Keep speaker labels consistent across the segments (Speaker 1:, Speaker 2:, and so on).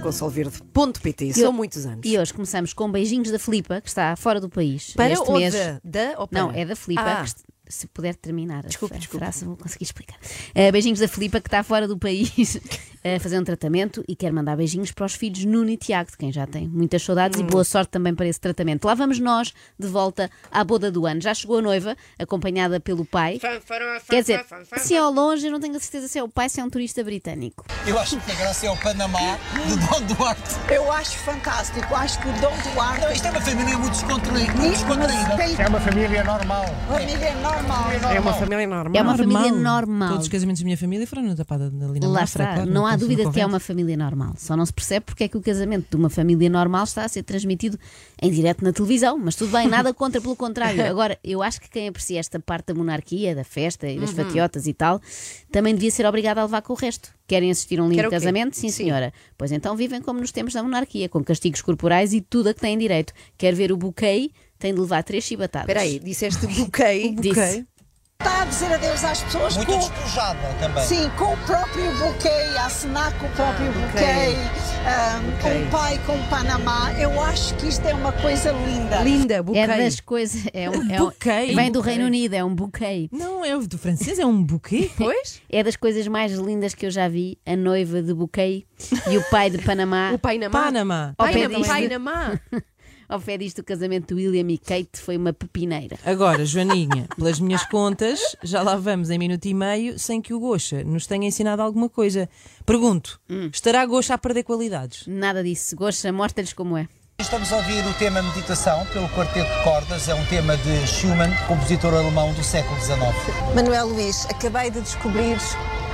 Speaker 1: consolverde.pt. São muitos anos.
Speaker 2: E hoje começamos com beijinhos da Filipa, que está fora do país.
Speaker 1: Para
Speaker 2: este
Speaker 1: ou
Speaker 2: mês.
Speaker 1: da? Da ou para?
Speaker 2: Não, é da Filipa.
Speaker 1: Ah.
Speaker 2: que est- se puder terminar,
Speaker 1: Desculpe,
Speaker 2: a
Speaker 1: desculpe.
Speaker 2: frase, vou conseguir explicar. Eh, beijinhos da Filipa, que está fora do país a fazer um tratamento e quer mandar beijinhos para os filhos Nuno e Tiago, de quem já tem muitas saudades
Speaker 1: Hum.
Speaker 2: e boa sorte também para esse tratamento. Lá vamos nós, de volta à boda do ano. Já chegou a noiva, acompanhada pelo pai. Quer dizer, se é ao longe, eu não tenho a certeza se é o pai, se é um turista britânico.
Speaker 3: Eu acho que a graça é o Panamá de Dom Duarte.
Speaker 4: Eu acho fantástico, acho que o Dom Duarte
Speaker 3: Não, isto é uma família muito descontraída.
Speaker 4: Mas
Speaker 3: descontraída.
Speaker 4: tem
Speaker 5: É uma família normal.
Speaker 4: família normal.
Speaker 1: É uma família enorme.
Speaker 2: É uma
Speaker 6: Normal.
Speaker 2: família normal.
Speaker 6: Todos os casamentos da minha família foram na tapada da Lina
Speaker 2: Lá
Speaker 6: Mostra, então,
Speaker 2: está,
Speaker 6: claro,
Speaker 2: não há
Speaker 6: consigo
Speaker 2: dúvida de que é
Speaker 6: convencer.
Speaker 2: uma família normal. Só não se percebe porque é que o casamento de uma família normal está a ser transmitido em direto na televisão. Mas tudo bem, nada contra, pelo contrário. Agora, eu acho que quem aprecia esta parte da monarquia, da festa e das fatiotas e tal, também devia ser obrigado a levar com o resto. Querem assistir a um
Speaker 1: Quer
Speaker 2: lindo
Speaker 1: o quê?
Speaker 2: casamento? Sim, senhora. Pois então vivem como nos tempos da monarquia, com castigos corporais e tudo a que têm direito. Quer ver o buquê? Tem de levar três chibatadas.
Speaker 1: Espera aí, disseste buquê.
Speaker 2: Disse.
Speaker 4: Está Tá a dizer adeus às pessoas
Speaker 3: Muito
Speaker 4: com,
Speaker 3: despojada também.
Speaker 4: sim, com o próprio buquê, a assinar com o
Speaker 7: Ah,
Speaker 4: próprio buquê, ahm, com o pai, com o Panamá. Eu acho que isto é uma coisa linda.
Speaker 1: Linda, buquê.
Speaker 2: É das coisas. É um, é um-
Speaker 6: Buquê?
Speaker 2: vem do Reino Unido, é um buquê.
Speaker 6: Não, é o do francês, é um buquê.
Speaker 1: Pois?
Speaker 2: É das coisas mais lindas que eu já vi, a noiva de Buquei e o pai de Panamá.
Speaker 1: O Painamá.
Speaker 6: Panamá.
Speaker 2: Ao pé
Speaker 1: Painamá.
Speaker 2: disto-
Speaker 1: Painamá.
Speaker 2: Ao pé disto, o casamento de William e Kate foi uma pepineira.
Speaker 6: Agora, Joaninha, pelas minhas contas, já lá vamos em minuto e meio sem que o Goxa nos tenha ensinado alguma coisa. Pergunto:
Speaker 2: Hum.
Speaker 6: estará Goxa a perder qualidades?
Speaker 2: Nada disso. Gosta, mostra-lhes como é.
Speaker 3: Estamos a ouvir o tema Meditação pelo Quarteto de Cordas. É um tema de Schumann, compositor alemão do século XIX.
Speaker 8: Manuel Luís, acabei de descobrir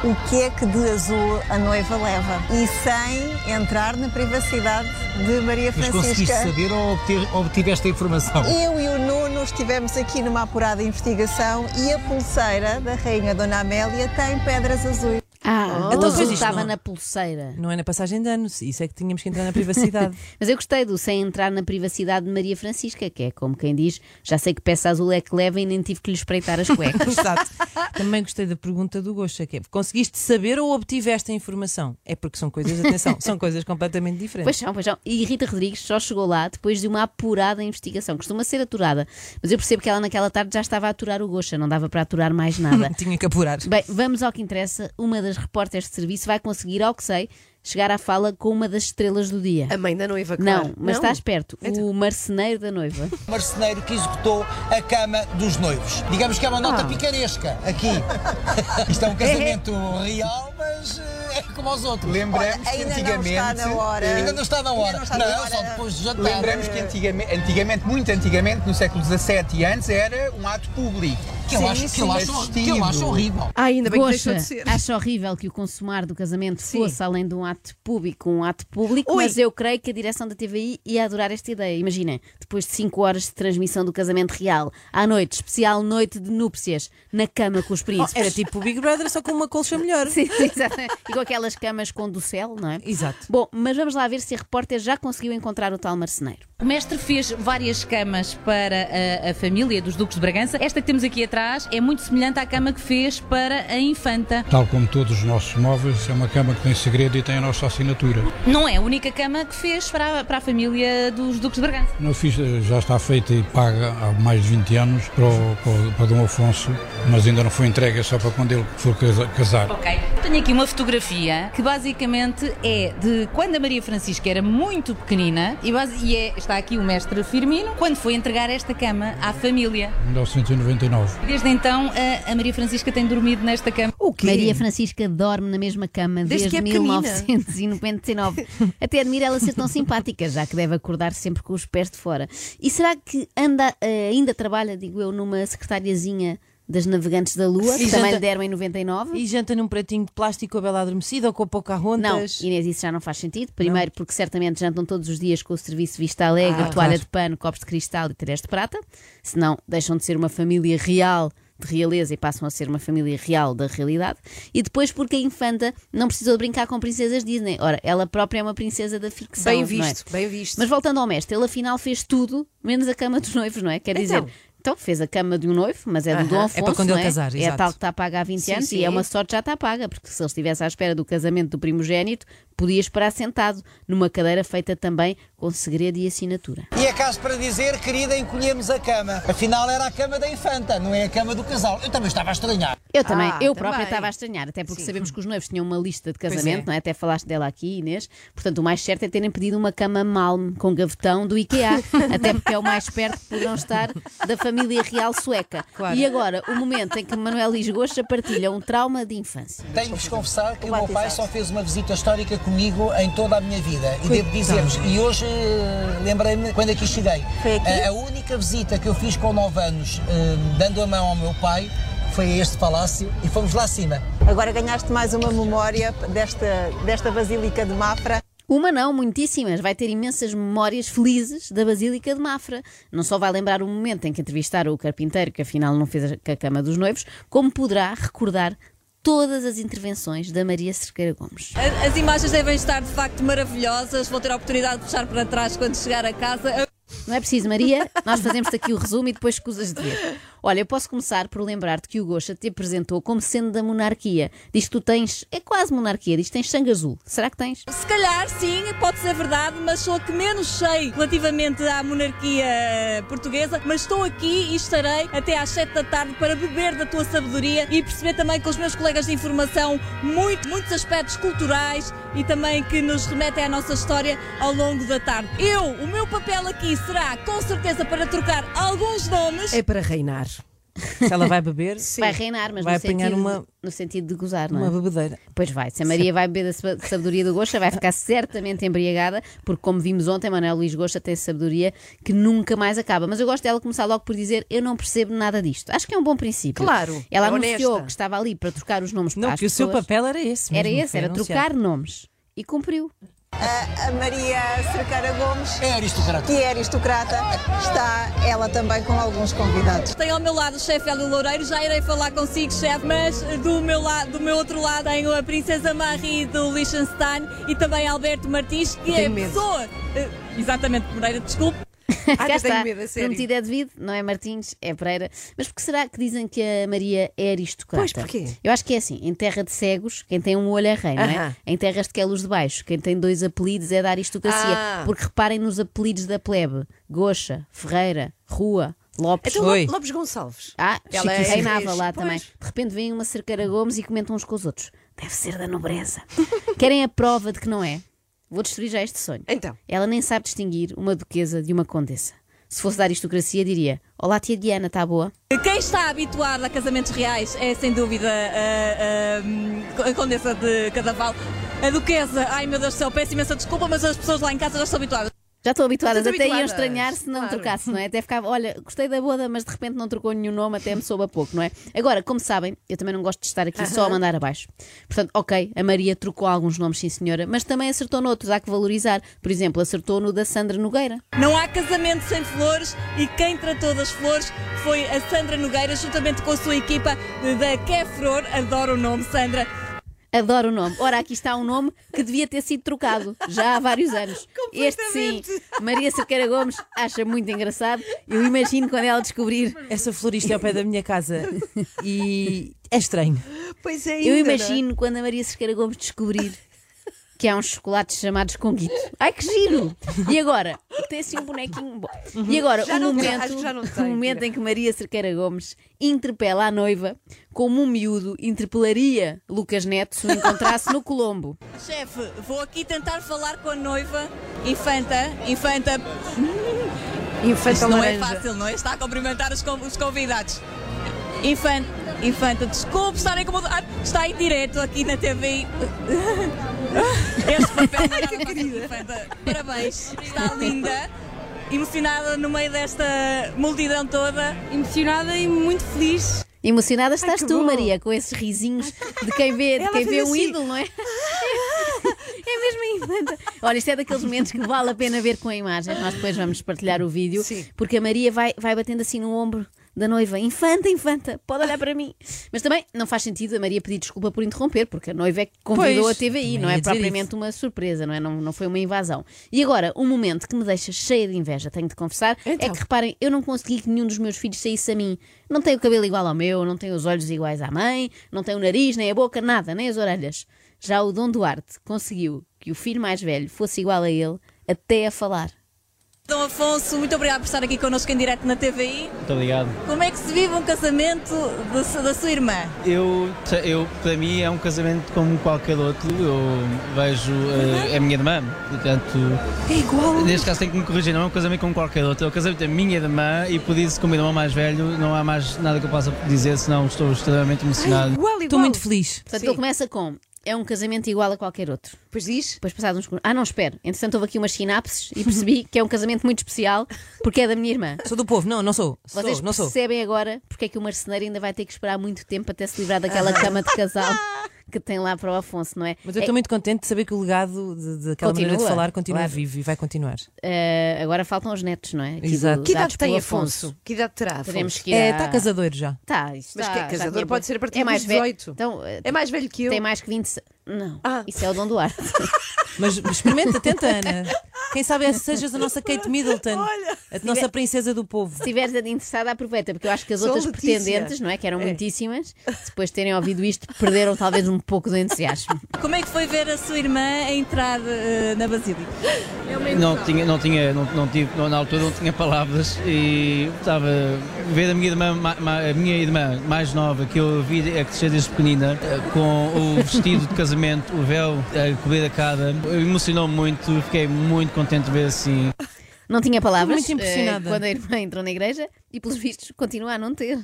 Speaker 8: o que é que de azul a noiva leva e sem entrar na privacidade de Maria
Speaker 3: Mas conseguiste
Speaker 8: Francisca.
Speaker 3: saber ou obter- obtiveste a informação?
Speaker 8: Eu e o Nuno estivemos aqui numa apurada investigação e a pulseira da Rainha Dona Amélia tem pedras azuis.
Speaker 2: Ah,
Speaker 6: então
Speaker 2: então
Speaker 6: fez isto,
Speaker 2: estava
Speaker 6: não?
Speaker 2: na pulseira.
Speaker 6: Não é na passagem de anos, isso é que tínhamos que entrar na privacidade.
Speaker 2: Mas eu gostei do sem entrar na privacidade de Maria Francisca, que é como quem diz, já sei que peça azul é que leva e nem tive que lhe espreitar as cuecas.
Speaker 6: Exato. Também gostei da pergunta do Goxa, que é: conseguiste saber ou obtiveste a informação? É porque são coisas, atenção, são coisas completamente
Speaker 2: Pois
Speaker 6: diferentes.
Speaker 2: são, pois são. E Rita Rodrigues só chegou lá depois de uma apurada investigação. Costuma ser aturada, mas eu percebo que ela naquela tarde já estava a aturar o Goxa, não dava para aturar mais nada.
Speaker 6: Tinha que apurar.
Speaker 2: Bem, vamos ao que interessa. Uma das repórteres de serviço vai conseguir, ao que sei, chegar à fala com uma das estrelas do dia.
Speaker 1: A mãe da noiva, claro. Então.
Speaker 2: Não, mas estás perto. O marceneiro da noiva.
Speaker 3: O marceneiro que executou a cama dos noivos. Digamos que é uma nota
Speaker 1: Ah.
Speaker 3: picaresca aqui. Isto é um casamento real, mas eh, é como aos outros.
Speaker 8: Lembremos que é. Ainda não está antigamente- na hora.
Speaker 3: Ainda não está na hora.
Speaker 8: Ainda não está na hora.
Speaker 3: só depois de jantar.
Speaker 9: eh, Lembramos que antigamente, antigamente, muito antigamente, no século XVII e antes, era um ato público.
Speaker 3: que eu, acho, que, eu acho, que eu acho horrível.
Speaker 1: Ah, ainda bem que
Speaker 2: Gosta,
Speaker 1: deixou de ser.
Speaker 2: acho horrível que o consumar do casamento fosse, além de um ato público, um ato público,
Speaker 1: Ui.
Speaker 2: mas eu creio que a direção da TVI ia adorar esta ideia. Imaginem, depois de 5 horas de transmissão do casamento real, à noite, especial noite de núpcias, na cama com os
Speaker 6: Oh,
Speaker 2: príncipes.
Speaker 6: era tipo o Big Brother, só com uma colcha melhor.
Speaker 2: Sim, sim, exatamente. E com aquelas camas com docel, não é?
Speaker 6: Exato.
Speaker 2: Bom, mas vamos lá ver se a repórter já conseguiu encontrar o tal marceneiro.
Speaker 10: O mestre fez várias camas para a, a família dos Duques de Bragança. Esta que temos aqui atrás é muito semelhante à cama que fez para a infanta.
Speaker 11: Tal como todos os nossos móveis, é uma cama que tem segredo e tem a nossa assinatura.
Speaker 10: Não é a única cama que fez para a, para a família dos Duques de Bragança.
Speaker 11: Não fiz, já está feita e paga há mais de 20 anos para, o, para, o- para Dom Afonso, mas ainda não foi entregue, é só para quando ele for casa- casar.
Speaker 10: Ok. Tenho aqui uma fotografia que basicamente é de quando a Maria Francisca era muito pequenina e, base- e é- está aqui o mestre Firmino quando foi entregar esta cama à família.
Speaker 11: 1999.
Speaker 10: Desde então a, a Maria Francisca tem dormido nesta cama.
Speaker 1: O quê?
Speaker 2: Maria Francisca dorme na mesma cama
Speaker 1: Desde
Speaker 2: desde,
Speaker 1: que é pequenina.
Speaker 2: 1999. Até admira ela ser tão simpática, já que deve acordar sempre com os pés de fora. E será que anda, eh, ainda trabalha, digo eu, numa secretariazinha das Navegantes da Lua, que
Speaker 6: Sim.
Speaker 2: também
Speaker 6: Janta-
Speaker 2: lhe deram em 99?
Speaker 6: E janta num pratinho de plástico com a bela adormecida ou com a
Speaker 2: Não,
Speaker 6: Pocahontas?
Speaker 2: Inês, isso já não faz sentido. Primeiro, porque certamente jantam todos os dias com o serviço Vista Alegre,
Speaker 1: Ah,
Speaker 2: toalha
Speaker 6: claro.
Speaker 2: de pano, copos de cristal e talheres de prata. Senão, deixam de ser uma família real de realeza e passam a ser uma família real da realidade. E depois, porque a infanta não precisou de brincar com princesas Disney. Ora, ela própria é uma princesa da ficção.
Speaker 1: Bem
Speaker 2: não é?
Speaker 1: visto, bem visto.
Speaker 2: Mas voltando ao mestre, ele afinal fez tudo, menos a cama dos noivos, não é? Quer dizer.
Speaker 1: Então?
Speaker 2: Então, fez a cama de um noivo, mas é do Dom Afonso.
Speaker 6: É para quando ele
Speaker 2: não
Speaker 6: casar,
Speaker 2: é a
Speaker 6: exato.
Speaker 2: tal que está paga há 20
Speaker 1: Sim,
Speaker 2: anos
Speaker 1: sim.
Speaker 2: e é uma sorte já está paga, porque se ele estivesse à espera do casamento do primogênito, Podia esperar sentado, numa cadeira feita também com segredo e assinatura.
Speaker 3: E é caso para dizer, querida, encolhemos a cama. Afinal, era a cama da infanta, não é a cama do casal. Eu também estava a estranhar.
Speaker 2: Eu também,
Speaker 1: Ah,
Speaker 2: eu
Speaker 1: também.
Speaker 2: própria estava a estranhar, até porque sabemos que os noivos tinham uma lista de
Speaker 6: é.
Speaker 2: casamento, não é? Até falaste dela aqui, Inês. Portanto, o mais certo é terem pedido uma cama malme com gavetão do IKEA, até porque é o mais perto que poderão estar da família real sueca.
Speaker 6: Claro.
Speaker 2: E agora, o momento em que Manuel Lisgocha partilha um trauma de infância.
Speaker 3: Tenho-vos confessar que o meu pai só fez uma visita histórica comigo em toda a minha vida. E devo dizer-vos, e hoje eh, lembrei-me quando aqui cheguei. Eh,
Speaker 8: Foi aqui?
Speaker 3: A, a única visita que eu fiz com 9 anos, eh, dando a mão ao meu pai, foi a este palácio e fomos lá acima.
Speaker 8: Agora ganhaste mais uma memória desta, desta Basílica de Mafra.
Speaker 2: Uma não, muitíssimas. Vai ter imensas memórias felizes da Basílica de Mafra. Não só vai lembrar o momento em que entrevistaram o carpinteiro, que afinal não fez a- a cama dos noivos, como poderá recordar todas as intervenções da Maria Cerqueira Gomes.
Speaker 5: As imagens devem estar de facto maravilhosas, vou ter a oportunidade de puxar para trás quando chegar a casa.
Speaker 2: Não é preciso, Maria? Nós fazemos-te aqui o resumo e depois escusas de ver. Olha, eu posso começar por lembrar-te que o Gosha te apresentou como sendo da monarquia. Diz que tu tens. É quase monarquia, diz que tens sangue azul. Será que tens?
Speaker 5: Se calhar sim, pode ser verdade, mas sou a que menos sei relativamente à monarquia eh, portuguesa, mas estou aqui e estarei até às 7 da tarde para beber da tua sabedoria e perceber também com os meus colegas de informação muito, muitos aspectos culturais e também que nos remetem à nossa história ao longo da tarde. Eu, o meu papel aqui será com certeza para trocar alguns nomes.
Speaker 1: É para reinar.
Speaker 6: Ela vai beber
Speaker 2: Vai reinar, mas
Speaker 6: Vai
Speaker 2: no,
Speaker 6: apanhar
Speaker 2: sentido
Speaker 6: uma-
Speaker 2: de, no sentido de gozar, não é?
Speaker 6: uma bebedeira.
Speaker 2: Pois vai, se a Maria vai beber da sab- sabedoria do Gosta, vai ficar certamente embriagada, porque como vimos ontem, Manuel Luís Gosta tem sabedoria que nunca mais acaba. Mas eu gosto dela começar logo por dizer: Eu não percebo nada disto. Acho que é um bom princípio.
Speaker 1: Claro,
Speaker 2: Ela
Speaker 1: é
Speaker 2: anunciou
Speaker 1: honesta.
Speaker 2: que estava ali para trocar os nomes para
Speaker 6: Não,
Speaker 2: as
Speaker 6: que o seu
Speaker 2: pessoas.
Speaker 6: papel era esse.
Speaker 2: Era
Speaker 6: mesmo,
Speaker 2: esse,
Speaker 6: foi
Speaker 2: era
Speaker 6: anunciado.
Speaker 2: trocar nomes. E cumpriu.
Speaker 8: A, a Maria Cercara Gomes,
Speaker 3: É aristocrata.
Speaker 8: que é aristocrata, está ela também com alguns convidados.
Speaker 5: Tenho ao meu lado o chefe Hélio Loureiro, já irei falar consigo, chefe, mas do meu, lado, do meu outro lado tenho a Princesa Marie do Liechtenstein e também Alberto Martins, que é
Speaker 1: Tenho medo.
Speaker 5: pessoa. eh, Exatamente, Moreira, desculpe.
Speaker 1: Ah,
Speaker 2: Cá
Speaker 1: eu
Speaker 2: está,
Speaker 1: tenho medo, a sério.
Speaker 2: prometido é devido, não é Martins, é Pereira. Mas por que será que dizem que a Maria é aristocrata?
Speaker 1: Pois, porquê?
Speaker 2: Eu acho que é assim, em terra de cegos, quem tem um olho é rei, não é?
Speaker 1: Aham.
Speaker 2: Em terras de quelos de baixo, quem tem dois apelidos é da aristocracia.
Speaker 1: Ah.
Speaker 2: Porque reparem nos apelidos da plebe. Gocha, Ferreira, Rua, Lopes.
Speaker 1: Então,
Speaker 6: Oi.
Speaker 1: Lo- Lopes Gonçalves.
Speaker 2: Ah,
Speaker 1: Ela é
Speaker 2: reinava
Speaker 1: atriz.
Speaker 2: lá
Speaker 1: Pois.
Speaker 2: também. De repente vem uma cerqueira Gomes e comentam uns com os outros. Deve ser da nobreza. Querem a prova de que não é? Vou destruir já este sonho.
Speaker 1: Então.
Speaker 2: Ela nem sabe distinguir uma duquesa de uma condessa. Se fosse da aristocracia, diria: Olá, tia Diana, está boa?
Speaker 5: Quem está habituado a casamentos reais é sem dúvida a, a, a Condessa de Cadaval. A Duquesa, ai meu Deus do céu, peço imensa desculpa, mas as pessoas lá em casa já estão habituadas.
Speaker 2: Já estou habituadas,
Speaker 1: Estás
Speaker 2: até iam
Speaker 1: habituadas,
Speaker 2: estranhar se não
Speaker 1: claro.
Speaker 2: trocasse, não é? Até ficava, olha, gostei da boda, mas de repente não trocou nenhum nome, até me soube a pouco, não é? Agora, como sabem, eu também não gosto de estar aqui só a mandar abaixo. Portanto, ok, a Maria trocou alguns nomes, sim senhora, mas também acertou noutros, há que valorizar. Por exemplo, acertou no da Sandra Nogueira.
Speaker 5: Não há casamento sem flores e quem tratou das flores foi a Sandra Nogueira, juntamente com a sua equipa da Que Flor. Adoro o nome, Sandra.
Speaker 2: Adoro o nome. Ora, aqui está um nome que devia ter sido trocado já há vários anos. Este sim, Maria Cerqueira Gomes acha muito engraçado. Eu imagino quando ela descobrir.
Speaker 6: Essa florista é ao pé da minha casa e é estranho.
Speaker 1: Pois é,
Speaker 2: Eu imagino quando a Maria Cerqueira Gomes descobrir que há uns chocolates chamados Conguito. Ai que giro! E agora? E que Tem assim um bonequinho. Bom. E agora,
Speaker 1: Já
Speaker 2: o
Speaker 1: não tem,
Speaker 2: momento,
Speaker 1: acho que já não
Speaker 2: o
Speaker 1: tem,
Speaker 2: momento em que Maria Cerqueira Gomes interpela a noiva como um miúdo interpelaria Lucas Neto se o encontrasse no Colombo.
Speaker 5: Chefe, vou aqui tentar falar com a noiva Infanta. Infanta,
Speaker 1: Infanta
Speaker 5: isto não é
Speaker 1: laranja.
Speaker 5: fácil, não é? Está a cumprimentar os, con- os convidados. Infanta, Infanta, desculpe estar a incomodar. Ah, Está em direto aqui na TV. Este papel não era querida. Infanta, parabéns. Está linda. Emocionada no meio desta multidão toda. Emocionada e muito feliz.
Speaker 2: Emocionada estás
Speaker 1: que
Speaker 2: tu,
Speaker 1: bom.
Speaker 2: Maria, com esses risinhos de quem vê, de
Speaker 1: Ela
Speaker 2: quem
Speaker 1: fez
Speaker 2: vê um
Speaker 1: assim.
Speaker 2: ídolo, não é? É mesmo infanta. Olha, isto é daqueles momentos que vale a pena ver com a imagem. Nós depois vamos partilhar o vídeo,
Speaker 1: Sim.
Speaker 2: porque a Maria vai, vai batendo assim no ombro da noiva. Infanta, infanta, pode olhar para mim. Mas também não faz sentido a Maria pedir desculpa por interromper, porque a noiva é que convidou
Speaker 6: Pois,
Speaker 2: a TVI,
Speaker 6: também
Speaker 2: não é
Speaker 6: ia dizer
Speaker 2: propriamente uma surpresa, não é? Não, não foi uma invasão. E agora, um momento que me deixa cheia de inveja, tenho de confessar, é que reparem, eu não consegui que nenhum dos meus filhos saísse a mim. Não tenho o cabelo igual ao meu, não tenho os olhos iguais à mãe, não tenho o nariz, nem a boca, nada, nem as orelhas. Já o Dom Duarte conseguiu que o filho mais velho fosse igual a ele, até a falar.
Speaker 5: Dom Afonso, muito obrigado por estar aqui connosco em direto na TVI.
Speaker 7: Muito obrigado.
Speaker 5: Como é que se vive um casamento da su- da sua irmã?
Speaker 7: Eu, eu, para mim, é um casamento como qualquer outro. Eu vejo. eh, é a minha irmã, portanto.
Speaker 5: É igual.
Speaker 7: Neste caso, tenho que me corrigir, não é um casamento como qualquer outro. É um casamento da minha irmã e, por isso, como irmão mais velho, não há mais nada que eu possa dizer, senão estou extremamente emocionado.
Speaker 2: Estou muito feliz. Portanto, ele começa com. É um casamento igual a qualquer outro. Pois diz? Depois passados uns. Ah, não, espera. Entretanto, houve aqui umas sinapses e percebi que é um casamento muito especial porque é da minha irmã.
Speaker 6: Sou do povo, não, não sou. Sou,
Speaker 2: Vocês
Speaker 6: não sou.
Speaker 2: percebem agora porque é que o marceneiro ainda vai ter que esperar muito tempo até se livrar daquela cama de casal que tem lá para o Afonso, não é?
Speaker 6: Mas eu
Speaker 2: É-
Speaker 6: estou muito contente de saber que o legado de- daquela maneira de
Speaker 2: Continua,
Speaker 6: falar continua
Speaker 2: claro.
Speaker 6: vivo e vai continuar.
Speaker 2: Eh, agora faltam os netos, não é? Aqui
Speaker 6: Exato.
Speaker 2: do-
Speaker 6: Que idade
Speaker 2: dados
Speaker 6: tem
Speaker 2: pelo
Speaker 6: Afonso?
Speaker 1: Que idade terá? Afonso?
Speaker 2: Teremos que ir
Speaker 6: É,
Speaker 2: à-
Speaker 6: está casadoiro já.
Speaker 2: Tá, isso
Speaker 1: Mas
Speaker 2: tá,
Speaker 1: que é
Speaker 2: já
Speaker 1: casador?
Speaker 2: tinha-
Speaker 1: Pode ser a partir
Speaker 2: é
Speaker 1: dos
Speaker 2: mais velho.
Speaker 1: 18.
Speaker 2: Então, eh,
Speaker 1: É Ah. mais velho que eu?
Speaker 2: Tem mais que 20. Não. Isso é o Dom Duarte.
Speaker 6: Mas experimenta, tenta, Ana. Quem sabe essa sejas a nossa Kate Middleton, a nossa princesa do povo.
Speaker 2: Se estiveres interessada, aproveita, porque eu acho que as
Speaker 6: Sou
Speaker 2: outras
Speaker 6: Letícia.
Speaker 2: pretendentes, não é? Que eram
Speaker 6: É.
Speaker 2: muitíssimas, depois de terem ouvido isto, perderam talvez um pouco do entusiasmo.
Speaker 5: Como é que foi ver a sua irmã a entrar eh, na Basílica?
Speaker 7: Não tinha, não tinha, não, não tive, não- na altura não tinha palavras e estava a ver a minha irmã, ma- ma- a minha irmã mais nova que eu vi a crescer desde pequenina eh, com o vestido de casamento, o véu a cobrir a cara, emocionou muito, fiquei muito contente de ver assim.
Speaker 2: Não tinha palavras
Speaker 6: Muito impressionada.
Speaker 2: eh, quando a irmã entrou na igreja e, pelos vistos, continua a não ter.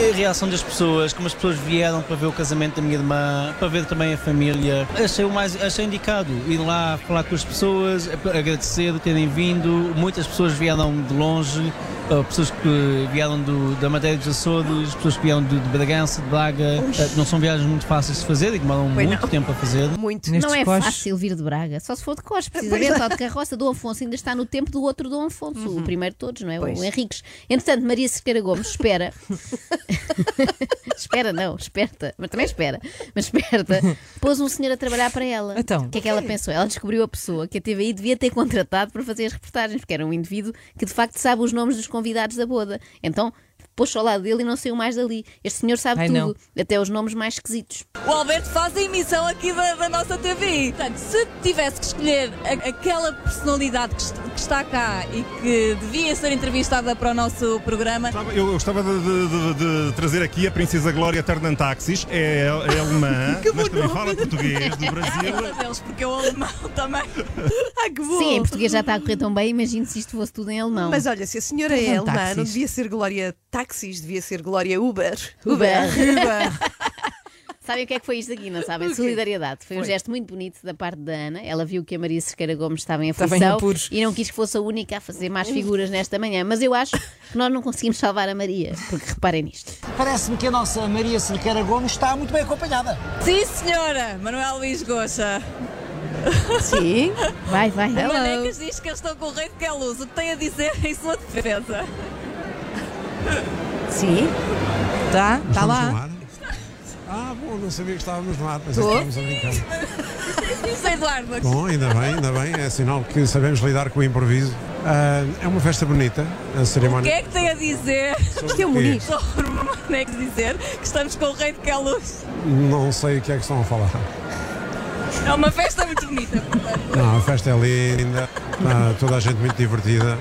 Speaker 7: E a reação das pessoas, como as pessoas vieram para ver o casamento da minha irmã, para ver também a família, achei o mais, achei indicado ir lá falar com as pessoas, agradecer de terem vindo. Muitas pessoas vieram de longe, eh, pessoas que vieram do- da Madeira dos Açores, pessoas que vieram de, de Bragança, de Braga. Eh, Não são viagens muito fáceis de fazer e demoram
Speaker 2: Pois
Speaker 7: muito
Speaker 2: não.
Speaker 7: tempo a fazer.
Speaker 1: Muito.
Speaker 2: não é fácil vir de Braga, só se for de costas,
Speaker 1: Pois
Speaker 2: precisamente,
Speaker 1: é.
Speaker 2: ou de carroça. Dom Afonso ainda está no tempo do outro Dom Afonso,
Speaker 6: Uhum.
Speaker 2: o primeiro de todos, não é?
Speaker 1: Pois.
Speaker 2: O Henriques. Entretanto, Maria Cerqueira Gomes espera. espera, não, esperta, mas também espera, mas esperta, pôs um senhor a trabalhar para ela.
Speaker 6: Então.
Speaker 2: O que é que ela pensou? Ela descobriu a pessoa que a TVI devia ter contratado para fazer as reportagens, porque era um indivíduo que de facto sabe os nomes dos convidados da boda. Então. Pôs-se ao lado dele e não saiu mais dali. Este senhor sabe
Speaker 6: Ai, não.
Speaker 2: tudo, até os nomes mais esquisitos.
Speaker 5: O Alberto faz a emissão aqui da, da nossa TV. Portanto, se tivesse que escolher a- aquela personalidade que, est- que está cá e que devia ser entrevistada para o nosso programa,
Speaker 12: Eu eu gostava de, de- de- de trazer aqui a Princesa Glória Tardantaxis, é, é alemã, mas também fala português do Brasil.
Speaker 5: Ela é deles, porque eu alemão também.
Speaker 1: Ah, que bom.
Speaker 2: Sim, em português já está a correr tão bem, imagino se isto fosse tudo em alemão.
Speaker 1: Mas olha, se a senhora é
Speaker 2: Não,
Speaker 1: alemã, não
Speaker 2: táxis.
Speaker 1: devia ser Glória Táxis, devia ser Glória Uber.
Speaker 2: Uber.
Speaker 1: Uber.
Speaker 2: Sabem o que é que foi isto aqui, não sabem?
Speaker 1: O quê?
Speaker 2: Solidariedade. Foi, um
Speaker 1: Foi.
Speaker 2: gesto muito bonito da parte da Ana. Ela viu que a Maria Cerqueira Gomes estava em
Speaker 6: Estava em
Speaker 2: aflição
Speaker 6: apuros.
Speaker 2: e não quis que fosse a única a fazer mais figuras nesta manhã. Mas eu acho que nós não conseguimos salvar a Maria, porque reparem nisto.
Speaker 3: Parece-me que a nossa Maria Cerqueira Gomes está muito bem acompanhada.
Speaker 5: Sim, senhora, Manuel Luís Goxa.
Speaker 2: Sim. Vai, vai.
Speaker 5: O Manecas diz é que eu estou com o rei de Queluz. O que tem a dizer em sua defesa?
Speaker 2: Sim.
Speaker 6: Tá? Tá
Speaker 13: Estamos
Speaker 6: lá.
Speaker 13: no ar? Ah, bom, não sabia que estávamos no ar, pensei
Speaker 5: Tô.
Speaker 13: que estávamos a brincar.
Speaker 5: Isso, Eduardo.
Speaker 13: Bom, ainda bem, ainda bem, é sinal que sabemos lidar com o improviso. Ah, é uma festa bonita, a
Speaker 5: O que
Speaker 13: cerimónia.
Speaker 5: é que tem a dizer?
Speaker 13: Isto é um o quê? ministro.
Speaker 5: Sobre o Manecas dizer que estamos com o rei de Queluz.
Speaker 13: Não sei o que é que estão a falar.
Speaker 5: É uma festa muito bonita.
Speaker 13: Não, a festa é linda, está toda a gente muito divertida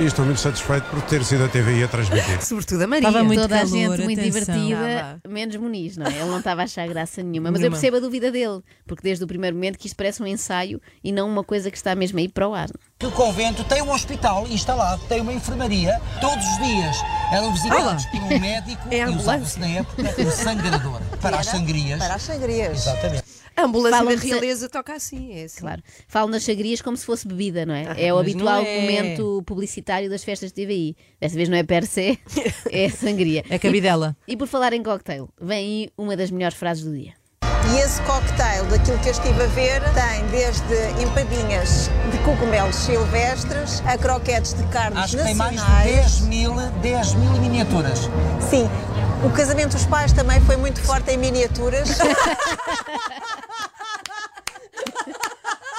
Speaker 13: e estou muito satisfeito por ter sido a TVI a transmitir.
Speaker 1: Sobretudo a Maria.
Speaker 6: Estava muito
Speaker 2: Toda a
Speaker 6: calor,
Speaker 2: gente muito
Speaker 6: atenção.
Speaker 2: divertida, menos Muniz, não é? Ele não estava a achar graça nenhuma. Mas eu
Speaker 6: Nenhuma.
Speaker 2: percebo a dúvida dele, porque desde o primeiro momento que isto parece um ensaio e não uma coisa que está mesmo aí para o ar. é?
Speaker 3: que o convento tem um hospital instalado, tem uma enfermaria, todos os dias eram
Speaker 8: Ah.
Speaker 3: visitados por um médico
Speaker 8: É
Speaker 3: e usava-se na época um sangrador para as sangrias.
Speaker 8: Para as sangrias.
Speaker 3: Exatamente.
Speaker 1: A ambulância
Speaker 2: Falam
Speaker 1: da
Speaker 2: de-
Speaker 1: realeza toca assim, é assim.
Speaker 2: um Claro. Falam nas sagrias como se fosse bebida, não é? é o
Speaker 6: mas
Speaker 2: habitual
Speaker 6: não é.
Speaker 2: momento publicitário das festas de TVI. Desta vez não é per se, é sangria.
Speaker 6: É cabidela.
Speaker 2: E, e por falar em cocktail, vem aí uma das melhores frases do dia.
Speaker 8: E esse cocktail, daquilo que eu estive a ver, tem desde empadinhas de cogumelos silvestres a croquetes de carnes
Speaker 3: Acho que tem mais
Speaker 8: nacionais.
Speaker 3: de 10 mil, 10 mil miniaturas.
Speaker 8: Sim, o casamento dos pais também foi muito forte em miniaturas.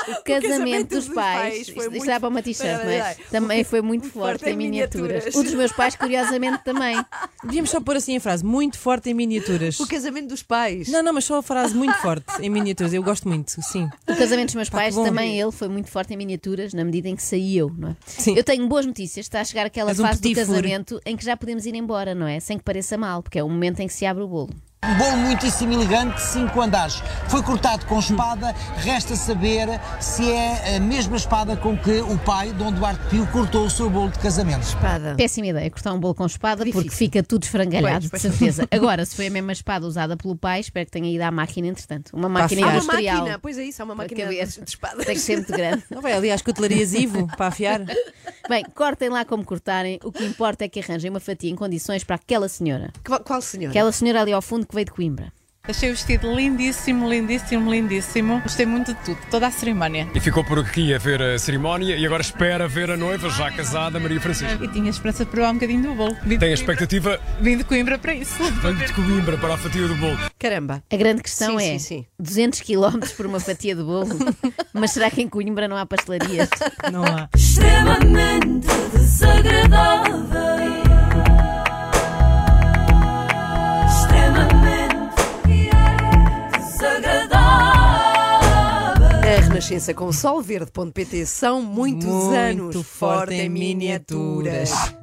Speaker 2: O casamento dos pais.
Speaker 1: foi
Speaker 2: Isto, isto
Speaker 1: muito-
Speaker 2: dá para uma t-shirt, não
Speaker 1: Peraí,
Speaker 2: é?
Speaker 1: peraí.
Speaker 2: Também foi muito forte,
Speaker 1: forte
Speaker 2: em
Speaker 1: em
Speaker 2: miniaturas.
Speaker 1: miniaturas.
Speaker 2: O dos meus pais, curiosamente, também.
Speaker 6: Devíamos só pôr assim a frase, muito forte em miniaturas.
Speaker 1: O casamento dos pais.
Speaker 6: Não, não, mas só a frase muito forte em miniaturas. Eu gosto muito, sim.
Speaker 2: O casamento dos meus
Speaker 6: Pá, que
Speaker 2: pais
Speaker 6: bom.
Speaker 2: também ele foi muito forte em miniaturas na medida em que saí eu, não é? Eu tenho boas notícias, está a chegar aquela
Speaker 6: És um
Speaker 2: fase do
Speaker 6: petit four.
Speaker 2: casamento em que já podemos ir embora, não é? Sem que pareça mal, porque é o momento em que se abre o bolo.
Speaker 3: Um bolo muitíssimo elegante, cinco andares. Foi cortado com espada, resta saber se é a mesma espada com que o pai, Dom Duarte Pio, cortou o seu bolo de casamento.
Speaker 1: Espada.
Speaker 2: Péssima ideia, cortar um bolo com espada porque fica tudo esfrangalhado,
Speaker 3: Pois, pois.
Speaker 2: de certeza. Agora, se foi a mesma espada usada pelo pai, espero que tenha ido à máquina, entretanto. Uma
Speaker 1: Há
Speaker 2: máquina
Speaker 1: uma
Speaker 2: industrial.
Speaker 1: máquina, pois é isso, há uma máquina de
Speaker 2: cabeça.
Speaker 1: de espadas.
Speaker 2: Tem que ser muito grande.
Speaker 6: Não vai ali às cutelarias Ivo para afiar?
Speaker 2: Bem, cortem lá como cortarem. O que importa é que arranjem uma fatia em condições para aquela senhora.
Speaker 1: Qual, senhora?
Speaker 2: Aquela senhora ali ao fundo que veio de Coimbra.
Speaker 8: Achei o vestido lindíssimo, lindíssimo, lindíssimo. Gostei muito de tudo, toda a cerimónia.
Speaker 11: E ficou por aqui a ver a cerimónia e agora espera ver a noiva já casada, Maria Francisca.
Speaker 8: E tinha esperança de provar um bocadinho do bolo. Vim de
Speaker 11: Tem a
Speaker 8: Coimbra-
Speaker 11: expectativa
Speaker 8: Vim de Coimbra para isso.
Speaker 11: de Coimbra para a fatia do bolo.
Speaker 1: Caramba.
Speaker 2: A grande questão
Speaker 1: Sim, sim,
Speaker 2: é
Speaker 1: sim.
Speaker 2: 200 km por uma fatia de bolo. Mas será que em Coimbra não há pastelarias?
Speaker 6: Não há.
Speaker 5: extremamente desagradável. Extremamente er desagradável.
Speaker 1: A Renascença com solverde.pt são muitos
Speaker 6: Muito
Speaker 1: anos
Speaker 6: forte em miniaturas.